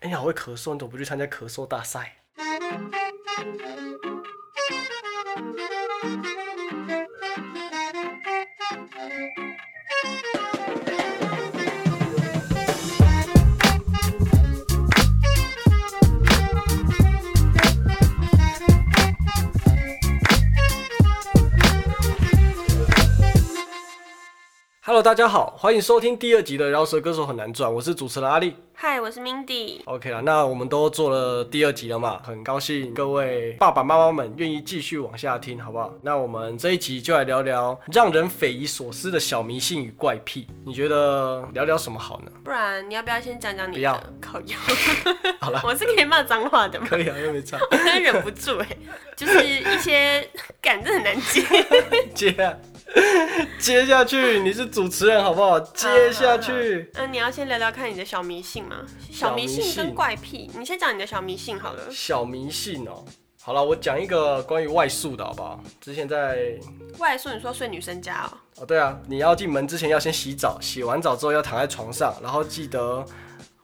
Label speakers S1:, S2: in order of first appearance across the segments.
S1: 哎，你好会咳嗽，你怎么不去参加咳嗽大赛？Hello，大家好，欢迎收听第二集的《饶舌歌手很难赚》，我是主持人阿力。
S2: 嗨，我是 Mindy。
S1: OK 啦，那我们都做了第二集了嘛，很高兴各位爸爸妈妈们愿意继续往下听，好不好？那我们这一集就来聊聊让人匪夷所思的小迷信与怪癖，你觉得聊聊什么好呢？
S2: 不然你要不要先讲讲你
S1: 不要
S2: 的烤腰？
S1: 好啦
S2: 我是可以骂脏话的吗？
S1: 可以啊，又没差，
S2: 我真的忍不住哎、就是一些感真的很难接。
S1: 接啊，接下去，你是主持人好不好？接下去，
S2: 嗯、你要先聊聊看你的小迷信吗？
S1: 小
S2: 小
S1: 迷
S2: 迷
S1: 信
S2: 信跟怪癖，你先讲你的小迷信好了。
S1: 小迷信哦。好了，我讲一个关于外宿的好不好？之前在
S2: 外宿你说睡女生家哦、
S1: 哦，对啊，你要进门之前要先洗澡，洗完澡之后要躺在床上，然后记得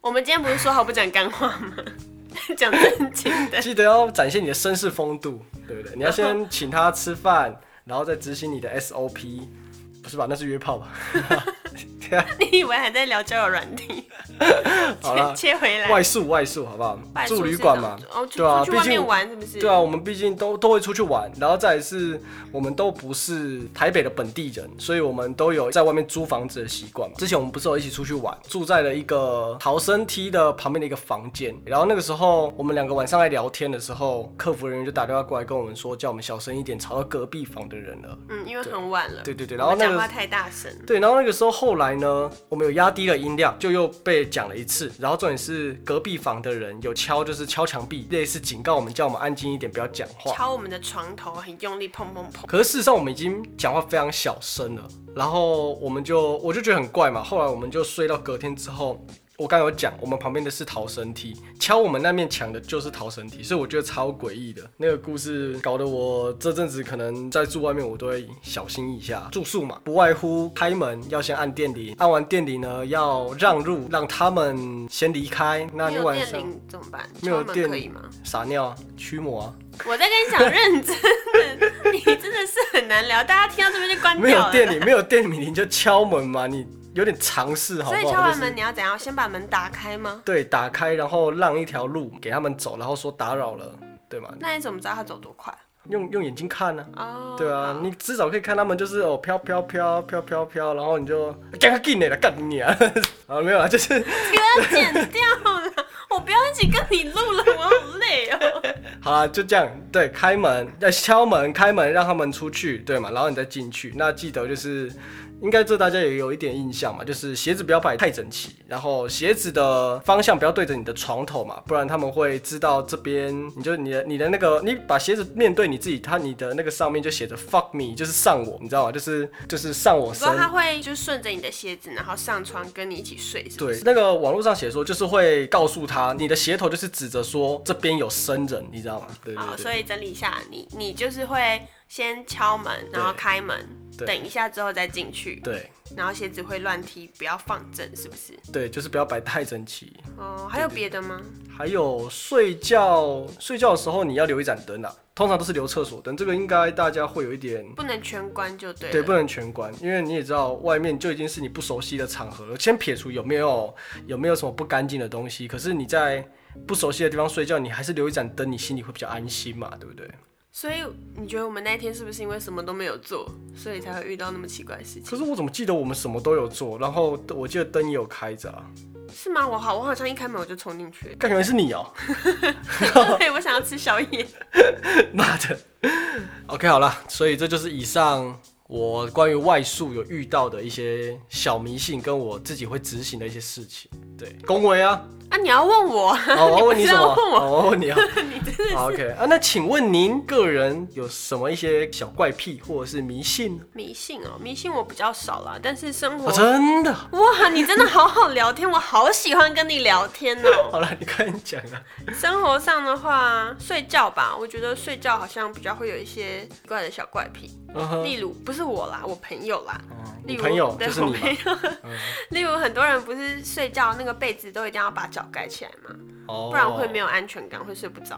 S2: 我们今天不是说好不讲干话吗？ 讲正经的。
S1: 记得要展现你的绅士风度，对不对？你要先请他吃饭，然后再执行你的 SOP，不是吧？那是约炮吧？
S2: 你以为还在聊交友软体？
S1: 好啦
S2: 切切回来。
S1: 外宿外宿好不好
S2: 外？宿
S1: 住旅
S2: 是
S1: 馆
S2: 怎么
S1: 嘛
S2: 住哦，，出
S1: 对啊，
S2: 出
S1: 毕
S2: 去外
S1: 竟
S2: 面玩是不是？
S1: 对啊，我们毕竟都都会出去玩，然后再来是我们都不是台北的本地人，所以我们都有在外面租房子的习惯嘛。之前我们不是有一起出去玩，住在了一个逃生梯的旁边的一个房间，然后那个时候我们两个晚上在聊天的时候，客服人员就打电话过来跟我们说，叫我们小声一点，吵到隔壁房的人了。
S2: 嗯，因为很晚了。
S1: 对对对，
S2: 我
S1: 然后
S2: 们
S1: 那
S2: 讲
S1: 个
S2: 话太大声。
S1: 对，然后那个时候后来呢，我们有压低了音量，就又被讲了一次。然后重点是隔壁房的人有敲，就是敲墙壁，类似警告我们，叫我们安静一点，不要讲话。
S2: 敲我们的床头，很用力碰碰碰。
S1: 可是事实上我们已经讲话非常小声了，然后我们就我就觉得很怪嘛。后来我们就睡到隔天之后，我刚有讲，我们旁边的是逃生梯，敲我们那面墙的就是逃生梯，所以我觉得超诡异的。那个故事搞得我这阵子可能在住外面我都会小心一下，住宿嘛，不外乎开门要先按电铃，按完电铃呢要让路，让他们先离开。那
S2: 没
S1: 你
S2: 有
S1: 晚
S2: 电
S1: 上
S2: 铃怎么办？
S1: 没有
S2: 敲门
S1: 电
S2: 可以吗？
S1: 撒尿啊，驱魔啊。
S2: 我在跟你讲 认真的，你真的是很难聊，大家听到这边就 关
S1: 没有
S2: 掉
S1: 店
S2: 了。
S1: 里，没有店里，你就敲门嘛，你有点尝试好
S2: 所以
S1: 不
S2: 敲
S1: 好？
S2: 完
S1: 就
S2: 门
S1: 是
S2: 你要怎样？先把门打开吗？
S1: 对，打开然后让一条路给他们走，然后说打扰了，对吗？
S2: 那你怎么知道他走多快？
S1: 用用眼睛看呢、
S2: 哦，
S1: 对啊，你至少可以看他们就是哦飘飘飘飘飘飘，然后你就干他进来了，干你啊！ 啊没有啊，就是
S2: 不要剪掉了， 我不要一起跟你录了，我好累 哦。
S1: 好啦，就这样，对，开门，要敲门，开门，让他们出去，对嘛，然后你再进去。那记得就是，应该这大家也有一点印象嘛，就是鞋子不要摆太整齐，然后鞋子的方向不要对着你的床头嘛，不然他们会知道这边，你就你的你的那个，你把鞋子面对你自己，它你的那个上面就写着 fuck me，就是上我，你知道吗？就是就是上我
S2: 你
S1: 身
S2: 说。他会就顺着你的鞋子，然后上床跟你一起睡，是不
S1: 对
S2: 是，？
S1: 那个网络上写说，就是会告诉他你的鞋头就是指着说这边有生人，你知道吗？对对
S2: 好，
S1: 对。
S2: 所以整理一下，你你就是会先敲门，然后
S1: 对
S2: 开门，
S1: 对
S2: 等一下之后再进去，
S1: 对
S2: 然后鞋子会乱踢，不要放正，是不是？
S1: 对，就是不要摆太整齐，
S2: 哦，还有别的吗？
S1: 还有睡觉，睡觉的时候你要留一盏灯啊，通常都是留厕所灯，这个应该大家会有一点。
S2: 不能全关就对了。
S1: 对，不能全关，因为你也知道，外面就已经是你不熟悉的场合了。先撇除有没有有没有什么不干净的东西，可是你在不熟悉的地方睡觉，你还是留一盏灯，你心里会比较安心嘛，对不对？
S2: 所以你觉得我们那天是不是因为什么都没有做，所以才会遇到那么奇怪的事情？
S1: 可是我怎么记得我们什么都有做，然后我记得灯也有开着啊，。
S2: 是吗？我好，我好像一开门我就冲进去
S1: 感觉是你哦、
S2: 对，我想要吃宵夜。
S1: 妈的。OK，好了，所以这就是以上我关于外宿有遇到的一些小迷信，跟我自己会执行的一些事情。对，恭维 啊！
S2: 啊，你要问我？
S1: 好，我要问你
S2: 你不
S1: 什
S2: 是
S1: 么？
S2: 要问我
S1: 好我要问你 啊。好 OK 啊，那请问您个人有什么一些小怪癖或者是迷信呢？
S2: 迷信哦，迷信我比较少啦，但是生活
S1: 哦，。真的。
S2: 哇，你真的好好聊天，我好喜欢跟你聊天哦。
S1: 好了，你快点讲啊。
S2: 生活上的话，睡觉吧，我觉得睡觉好像比较会有一些奇怪的小怪癖，
S1: 嗯哼，
S2: 例如不是我啦，我朋友啦，
S1: 哦
S2: 例
S1: 你嗯
S2: 如
S1: 朋友
S2: 对
S1: 就是
S2: 我
S1: 你吧
S2: 朋友，例如很多人不是睡觉那个被子都一定要把脚盖起来嘛，
S1: 哦，
S2: 不然会没有安全感，会睡不着。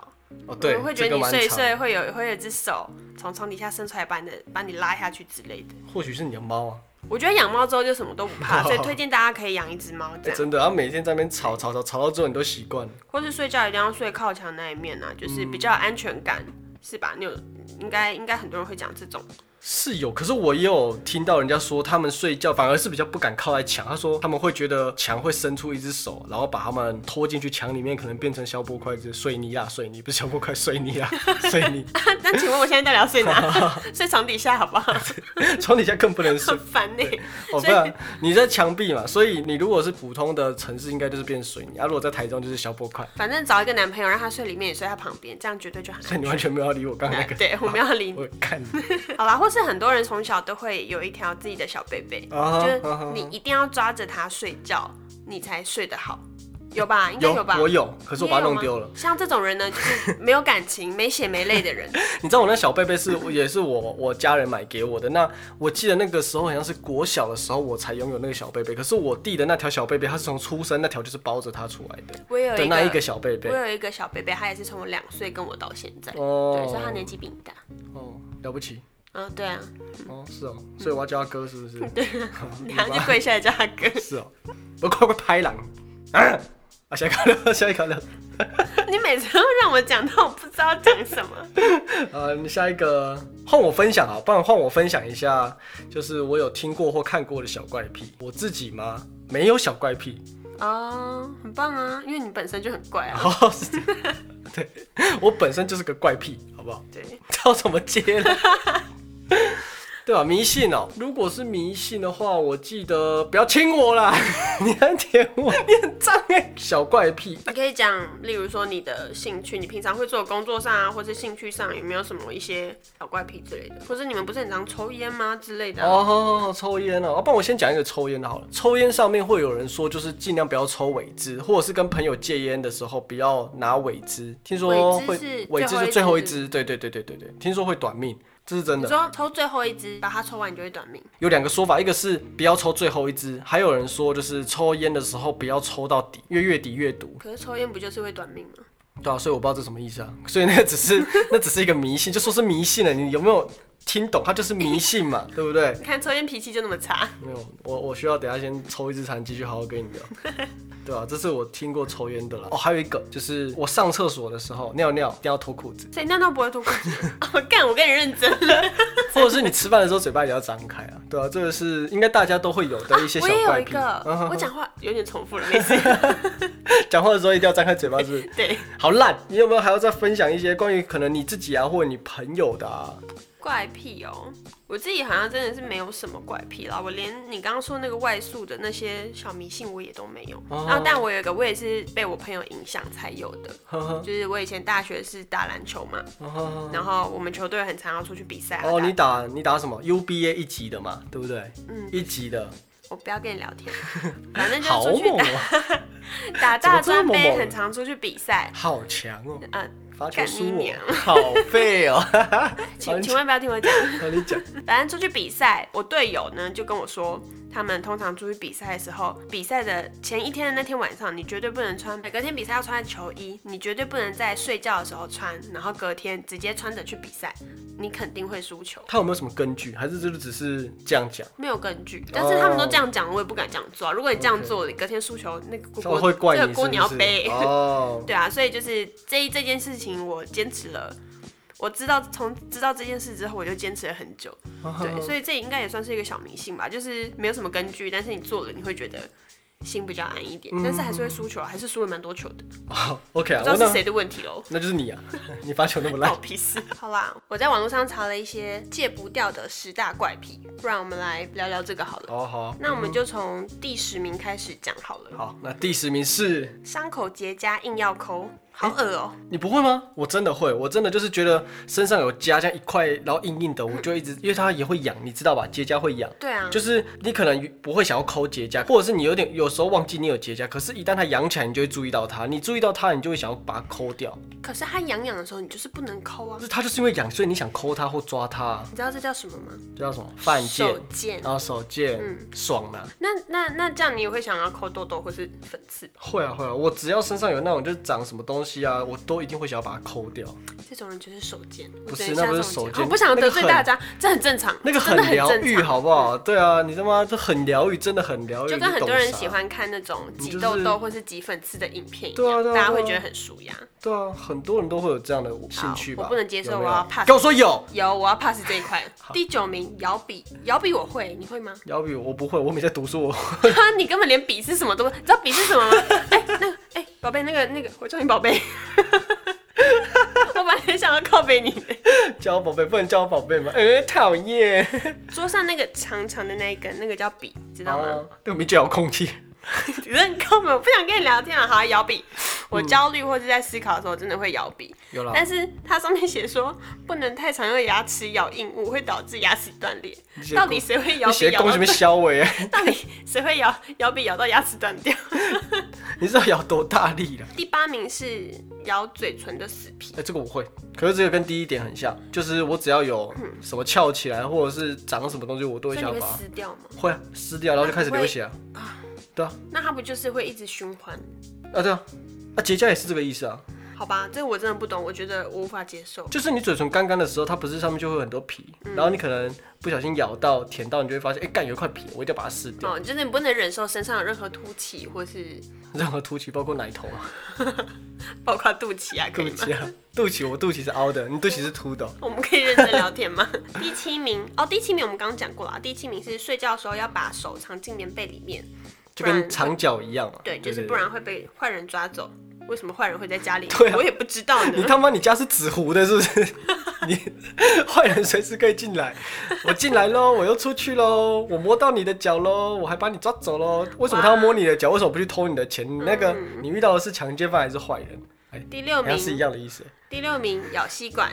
S1: 哦，
S2: 我
S1: 对，
S2: 们会觉
S1: 这
S2: 得
S1: 个
S2: 你
S1: 蛮
S2: 睡一
S1: 长
S2: 睡会有会有一只手从床底下伸出来把你的把你拉下去之类的。
S1: 或许是你的猫啊，
S2: 我觉得养猫之后就什么都不 怕，所以推荐大家可以养一只猫这
S1: 哎
S2: 样，
S1: 真的，它每天在那边吵吵吵吵到最后你都习惯了。
S2: 或是睡觉一定要睡靠墙那一面啊，就是比较有安全感，是吧？你有应该应该很多人会讲这种，
S1: 是有，可是我也有听到人家说，他们睡觉反而是比较不敢靠在墙。他说他们会觉得墙会伸出一只手，然后把他们拖进去墙里面，可能变成小波块之水泥啊，水泥不是小波块，水泥 啊，水泥，
S2: 但请问我现在到底要睡 哪？睡床底下好不好？
S1: 床底下更不能睡
S2: 很。烦欸呢、
S1: 哦，不然你在墙壁嘛，所以你如果是普通的城市，应该就是变水泥啊。如果在台中就是小波块，
S2: 反正找一个男朋友让他睡里面，也睡他旁边，这样绝对就很
S1: 所以
S2: 安
S1: 你完全没有要理我刚刚那
S2: 全。
S1: 个。
S2: 对，我们要理你。
S1: 我看你
S2: 好啦，或是很多人从小都会有一条自己的小贝贝，
S1: 啊哈
S2: 就是
S1: 啊哈
S2: 你一定要抓着它睡觉，你才睡得好，有吧？应该吧？
S1: 我有，可是我把它
S2: 你
S1: 弄
S2: 也有吗
S1: 丢了。。
S2: 像这种人呢，就是没有感情、没血没泪的人，
S1: 你知道我那小贝贝是也是我我家人买给我的。那我记得那个时候好像是国小的时候我才拥有那个小贝贝，可是我弟的那条小贝贝，他是从出生那条就是包着他出来的
S2: 我有
S1: 的
S2: 一
S1: 那
S2: 个，
S1: 一个小贝贝
S2: 我。有一个小贝贝，他也是从我两岁跟我到现在，对，所以他
S1: 哦
S2: 年纪比你大。
S1: 哦，了不起
S2: 嗯，对啊，
S1: 哦，是哦，所以我要叫他哥是不 是？对，
S2: 你还就跪下来叫他哥，
S1: 是哦，我快快拍狼啊！啊，下一个了， 下一个了。
S2: 你每次都让我讲到我不知道讲什么。
S1: 呃，你下一个换我分享啊，不然换我分享一下，就是我有听过或看过的小怪癖。我自己吗？没有小怪癖，
S2: 哦，很棒啊，因为你本身就很怪啊。
S1: 哦， 是这样对，我本身就是个怪癖，好不好？
S2: 对，
S1: 知道怎么接了。 对吧？迷信哦，如果是迷信的话，我记得不要亲我啦， 你还舔我， 你很脏哎，小怪癖。
S2: 你可以讲，例如说你的兴趣，你平常会做工作上啊，或是兴趣上有没有什么一些小怪癖之类的，或是你们不是很常抽烟吗之类的啊、
S1: 哦，抽烟哦，要不然我先讲一个抽烟的好了。抽烟上面会有人说，就是尽量不要抽尾支，或者是跟朋友戒烟的时候不要拿尾支。听说
S2: 尾
S1: 会
S2: 支是
S1: 尾支
S2: 最后
S1: 是
S2: 一
S1: 最后一
S2: 支
S1: 支，对对对对对对，听说会短命，这是真
S2: 你
S1: 的。
S2: 说抽最后一支，把它抽完你就会短命。
S1: 有两个说法，一个是不要抽最后一支，还有人说就是抽烟的时候不要抽到底，越越底越毒，
S2: 可是抽烟不就是会短命吗？
S1: 对啊，所以我不知道这什么意思啊，所以那个只是 那只是一个迷信，就说是迷信了，你有没有听懂？它就是迷信嘛，对不对？
S2: 你看抽烟脾气就那么差，
S1: 没有，我我需要等一下先抽一支痰，继续好好跟你聊。对啊，这是我听过抽烟的了。哦，还有一个就是我上厕所的时候尿尿一定要脱裤子，
S2: 所以尿尿不会脱裤 子。我哦干、我跟你认真了。
S1: 或者是你吃饭的时候嘴巴也要张开啊。对啊，这个是应该大家都会有的一些
S2: 我
S1: 小
S2: 也有
S1: 怪
S2: 一
S1: 癖。嗯
S2: 个，啊我讲话有点重复了，没事。
S1: 讲话的时候一定要张开嘴巴，是不是？
S2: 对，
S1: 好烂！你有没有还要再分享一些关于可能你自己啊，或者你朋友的啊？
S2: 怪癖哦，我自己好像真的是没有什么怪癖啦，我连你刚刚说那个外宿的那些小迷信我也都没有。
S1: 哦
S2: 然后，但我有一个，我也是被我朋友影响才有的，
S1: 呵呵
S2: 就是我以前大学是打篮球嘛，
S1: 呵呵
S2: 然后我们球队很常要出去比赛啊。
S1: 嗯哦，
S2: 打
S1: 你打你打什么 UBA 一级的嘛，对不对？
S2: 嗯，
S1: 一级的，
S2: 我不要跟你聊 天，反正就
S1: 好
S2: 是出去
S1: 猛
S2: 打
S1: 哦，
S2: 打 大
S1: 怎么这
S2: 专
S1: 么
S2: 杯，
S1: 猛
S2: 很常出去比赛。
S1: 好强哦！
S2: 嗯，
S1: 罚球输
S2: 干你
S1: 我
S2: 娘，
S1: 好废 哦！
S2: 请请问不要听我讲，
S1: 和你讲，
S2: 反正出去比赛，我队友呢就跟我说，他们通常出去比赛的时候，比赛的前一天的那天晚上，你绝对不能穿，隔天比赛要穿球衣，你绝对不能在睡觉的时候穿，然后隔天直接穿着去比赛，你肯定会 输球。
S1: 他有没有什么根据？还是就是只是这样讲？
S2: 没有根据，但是他们都这样讲，我也不敢这样做、啊。
S1: 哦
S2: 如果你这样做，你隔天输球，那个
S1: 稍微
S2: 锅
S1: 会怪
S2: 这
S1: 你
S2: 个
S1: 是
S2: 锅
S1: 不
S2: 你要
S1: 是
S2: 背。
S1: 哦。
S2: 对啊，所以就是这一这件事情，我坚持了。我知道从知道这件事之后，我就坚持了很久。对，所以这应该也算是一个小迷信吧，就是没有什么根据，但是你做了，你会觉得心比较安一点，但是还是会输球，啊还是输了蛮多球的，不
S1: 好，OK 啊，
S2: 知
S1: 我
S2: 道是
S1: 那
S2: 谁的问题 喽。
S1: 那就是你啊， 你罚球那么
S2: 关
S1: 烂
S2: 我，屁事！好啦，我在网络上查了一些戒不掉的十大怪癖，不然我们来聊聊这个好了。
S1: 好好啊
S2: 那我们就从第十名开始讲好了。
S1: 好。那第十名是
S2: 伤口结痂硬要抠，好恶哦、
S1: 你不会吗？我真的会，我真的就是觉得身上有痂，这样一块，然后硬硬的，我就一直，因为它也会痒，你知道吧？结痂会痒，
S2: 对啊，
S1: 就是你可能不会想要抠结痂，或者是你有点有时候忘记你有结痂，可是一旦它痒起来，你就会注意到它，你注意到它，你就会想要把它抠掉。
S2: 可是它痒痒的时候，你就是不能抠啊
S1: 就。是他就是因为痒，所以你想抠它或抓它，
S2: 你知道这叫什么吗？
S1: 这叫什么？犯
S2: 手
S1: 贱，
S2: 贱。哦
S1: 然后手贱，爽啊！
S2: 那那那这样你也会想要抠痘痘或是粉刺，
S1: 会啊会啊，我只要身上有那种就是长什么东西啊，我都一定会想要把它抠掉。
S2: 这种人就是手贱。
S1: 不
S2: 我
S1: 是
S2: 只能像
S1: 那不是
S2: 这种
S1: 手
S2: 讲
S1: 贱
S2: 我不想
S1: 那个
S2: 得罪
S1: 很
S2: 大家，这很正常。
S1: 那个
S2: 真的
S1: 疗
S2: 正
S1: 愈，
S2: 常
S1: 好不好？对啊，你他妈这很疗愈，真的很疗愈。
S2: 就
S1: 你
S2: 跟很
S1: 懂
S2: 多人
S1: 啥
S2: 喜。欢看那种
S1: 你
S2: 挤
S1: 就是
S2: 痘痘或是挤粉刺的影片一
S1: 对啊
S2: 样，
S1: 对啊
S2: 大家
S1: 对啊
S2: 会觉得很舒压。
S1: 对啊，很多人都会有这样的兴趣吧？
S2: 我不能接受
S1: 有没
S2: 我要
S1: 有
S2: pass
S1: 跟我说有。
S2: 有，我要 pass 这一 块。第九名摇笔，摇笔我会，你会吗？
S1: 姚比我不会，我每天读书我
S2: 你根本连笔是什么都不，你知道笔是什么吗？ 哎、那个，哎、宝贝，那个那个，我叫你宝贝。 我本来很想要靠背你的，
S1: 叫我宝贝，不能叫我宝贝吗？哎，讨厌。
S2: 桌上那个长长的那一根，那个叫笔，知道吗？
S1: 啊，对，我们叫遥控器。 嗯
S2: 你真的根本我不想跟你聊天了，好，摇笔。我焦虑或者在思考的时候，真的会摇笔。
S1: 有啦，
S2: 但是它上面写说不能太常用牙齿咬硬物，会导致牙齿断裂
S1: 写。
S2: 到底谁会咬
S1: 你
S2: 笔
S1: 写
S2: 咬
S1: 攻
S2: 到
S1: 什？么消尾？
S2: 到底谁会咬咬笔咬到牙齿断掉？
S1: 你知道咬多大力了？
S2: 第八名是咬嘴唇的死皮，
S1: 哎、这个我会，可是这个跟第一点很像，就是我只要有什么翘起来，或者是长什么东西，我都
S2: 嗯所
S1: 会
S2: 以你
S1: 想
S2: 会
S1: 把
S2: 撕掉吗？
S1: 它会啊撕掉，然后就开始流血啊。对啊，
S2: 那它不就是会一直循环？
S1: 啊对啊，啊结痂也是这个意思啊，
S2: 好吧，这我真的不懂，我觉得我无法接受。
S1: 就是你嘴唇干干的时候，它不是上面就会有很多皮，
S2: 嗯
S1: 然后你可能不小心咬到、舔到，你就会发现，哎、干有一块皮，我一定要把它撕掉。
S2: 哦，就是你不能忍受身上有任何凸起，或是
S1: 任何凸起，包括奶头 啊、
S2: 包括肚脐啊，可
S1: 肚
S2: 以吗？
S1: 脐啊、 肚脐，我肚脐是凹的，你肚脐是凸的哦。
S2: 我们可以认真聊天吗？ 第七名哦，第七名我们刚刚讲过了，第七名是睡觉的时候要把手藏进棉被里面，
S1: 就
S2: 不
S1: 跟
S2: 然
S1: 长脚一样啊。
S2: 对，就是不然会被坏人抓走。为什么坏人会在家里？
S1: 对啊
S2: 我也不知道
S1: 你
S2: 呢。
S1: 他妈，你家是纸糊的，是不是？你坏人随时可以进来，我进来喽，我又出去喽，我摸到你的脚喽，我还把你抓走喽。为什么他要摸你的脚？为什么不去偷你的钱？你那个你遇到的是强奸犯还是坏人？哎，
S2: 嗯第六
S1: 好像是一
S2: 名，
S1: 样的意思。
S2: 第六名咬吸管，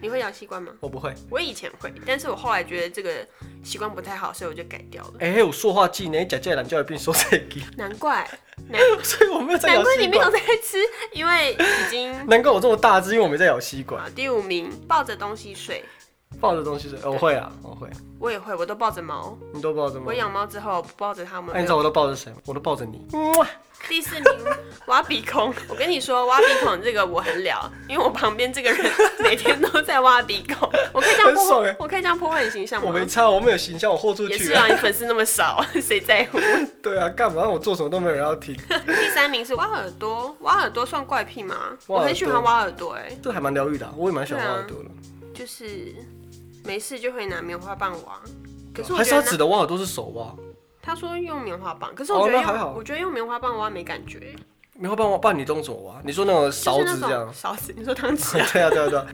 S2: 你会咬吸管吗？
S1: 我不会。
S2: 我以前会，但是我后来觉得这个习惯不太好，所以我就改掉 了。
S1: 哎、我说话技能假借懒觉病说这个，
S2: 难怪，难
S1: 所以我没有在咬
S2: 难怪
S1: 吸
S2: 你没有
S1: 管。
S2: 在吃，因为 已经
S1: 难怪我这么大只，因为我没在咬吸管
S2: 啊。。第五名抱着东西睡，
S1: 抱着东西是，哦我会啊，我会。
S2: 我也会，我都抱着猫。
S1: 你都抱着吗哎
S2: 我？养猫之后不抱着它们
S1: 哦那、，你知道我都抱着谁吗？我都抱着你。
S2: 嗯第四名挖鼻孔， 我跟你说，挖鼻孔这个我很了，因为我旁边这个人每天都在挖鼻 孔，我可以这样
S1: 很爽
S2: 破
S1: 欸
S2: 坏，我可以这样破坏你形象
S1: 我
S2: 吗
S1: 没？差，我没有形象，我豁出
S2: 也
S1: 去
S2: 是
S1: 了
S2: 啊，。你粉丝那么少， 谁在 乎？
S1: 对啊，干嘛？我做什么都没有人要 听，
S2: 第三名是挖耳朵，挖耳朵算怪癖吗？
S1: 挖耳朵
S2: 我很喜欢挖耳朵、哎，
S1: 这还蛮疗愈的啊、我也蛮喜欢挖耳朵的。
S2: 就是没事就会拿棉花棒挖，可是我
S1: 还是
S2: 觉
S1: 他
S2: 得
S1: 指
S2: 呢
S1: 的挖耳朵是手挖，
S2: 他说用棉花棒，可是
S1: 哦
S2: 我觉得
S1: 那还好
S2: 用，我觉得用棉花棒挖没感觉，
S1: 棉花棒挖，不然你都用手挖？你说那种
S2: 就
S1: 勺
S2: 是
S1: 子
S2: 那
S1: 这 样
S2: 种？勺子，你说汤匙啊，
S1: 对啊，对啊，对啊，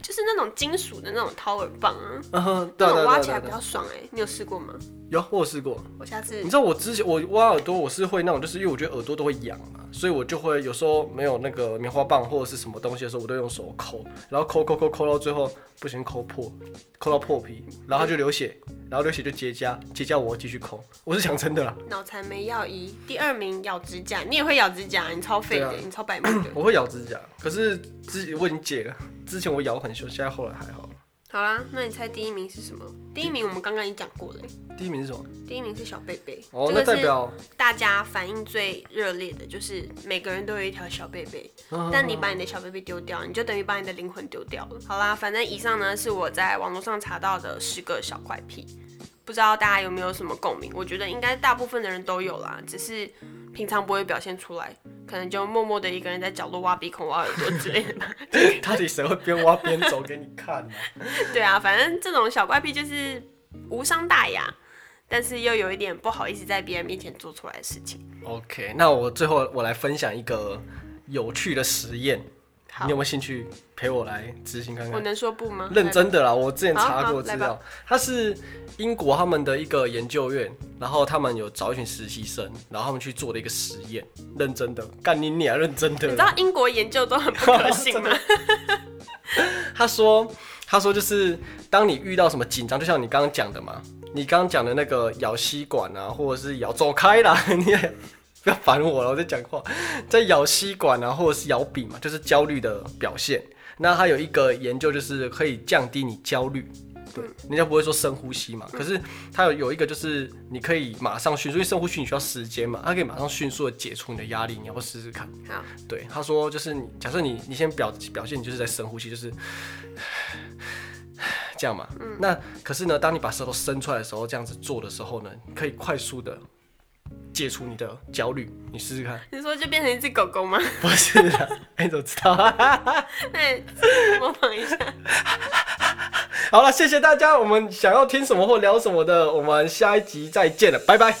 S2: 就是那种金属的那种掏耳棒啊。
S1: 嗯哼，对 啊，对
S2: 那种
S1: 啊，
S2: 挖
S1: 对
S2: 起来
S1: 啊
S2: 比
S1: 对
S2: 较
S1: 啊。
S2: 爽哎、你有试过吗？
S1: 有，我有试过。
S2: 我下次
S1: 你知道我之前我挖耳朵，我是会那种，就是因为我觉得耳朵都会痒嘛，所以我就会有时候没有那个棉花棒或者是什么东西的时候，我都用手抠，然后抠抠抠抠到最后不小心抠破，抠到破皮，然后它就流血，然后流血就结痂，结痂我继续抠，我是想真的啦，
S2: 脑残没药医，第二名咬指甲，你也会咬指甲，你超废的、
S1: 对啊
S2: 你超白
S1: 。
S2: 目的
S1: 我会咬指甲，可是之我已经戒了，之前我咬很凶，现在后来还好。
S2: 好啦，那你猜第一名是什么？第一名我们刚刚已经讲过了欸、
S1: 第一名是什么？
S2: 第一名是小贝贝，
S1: 哦，那
S2: 这
S1: 代
S2: 个是
S1: 表
S2: 大家反应最热烈的，就是每个人都有一条小贝贝，
S1: 嗯
S2: 但你把你的小贝贝丢掉，你就等于把你的灵魂丢掉了。好啦，反正以上呢是我在网络上查到的十个小怪癖，不知道大家有没有什么共鸣？我觉得应该大部分的人都有啦，只是平常不会表现出来，可能就默默的一个人在角落挖鼻孔、挖耳朵之类的吧。
S1: 到底谁会边挖边走给你看呢、
S2: 对啊，反正这种小怪癖就是无伤大雅，但是又有一点不好意思在别人面前做出来的事情。
S1: o k 那我最后我来分享一个有趣的实验，
S2: 好
S1: 你有没有兴趣陪我来执行看
S2: 我
S1: 看？
S2: 能说不吗？
S1: 认真的啦，我之前
S2: 好
S1: 查
S2: 好
S1: 过
S2: 来
S1: 资
S2: 吧
S1: 料，它是英国他们的一个研究院，然后他们有找一群实习生，然后他们去做了一个实验，认真的，干你你啊，认真的
S2: 你知
S1: 啦。
S2: 道英国研究都很不可信 吗？
S1: 他说，他说就是当你遇到什么紧张，就像你刚刚讲的嘛，你刚刚讲的那个咬吸管啊，或者是咬走开啦，你 不要烦我了，我在讲话，在咬吸管啊，或者是咬笔嘛，就是焦虑的表现。那它有一个研究就是可以降低你焦虑，对，人家不会说深呼吸嘛，可是它有有一个就是你可以马上迅速，因为深呼吸你需要时间嘛，它可以马上迅速的解除你的压力，你要不要试试看？
S2: 好，
S1: 对，他说就是你假设你你先表表现你就是在深呼吸，就是这样嘛。那可是呢，当你把舌头伸出来的时候，这样子做的时候呢，可以快速的解除你的焦虑。你试试看。
S2: 你说就变成一只狗狗吗？
S1: 不是啊，哎、你怎么知道？
S2: 那你模仿一下。
S1: 好了，谢谢大家。我们想要听什么或聊什么的，我们下一集再见了，拜拜。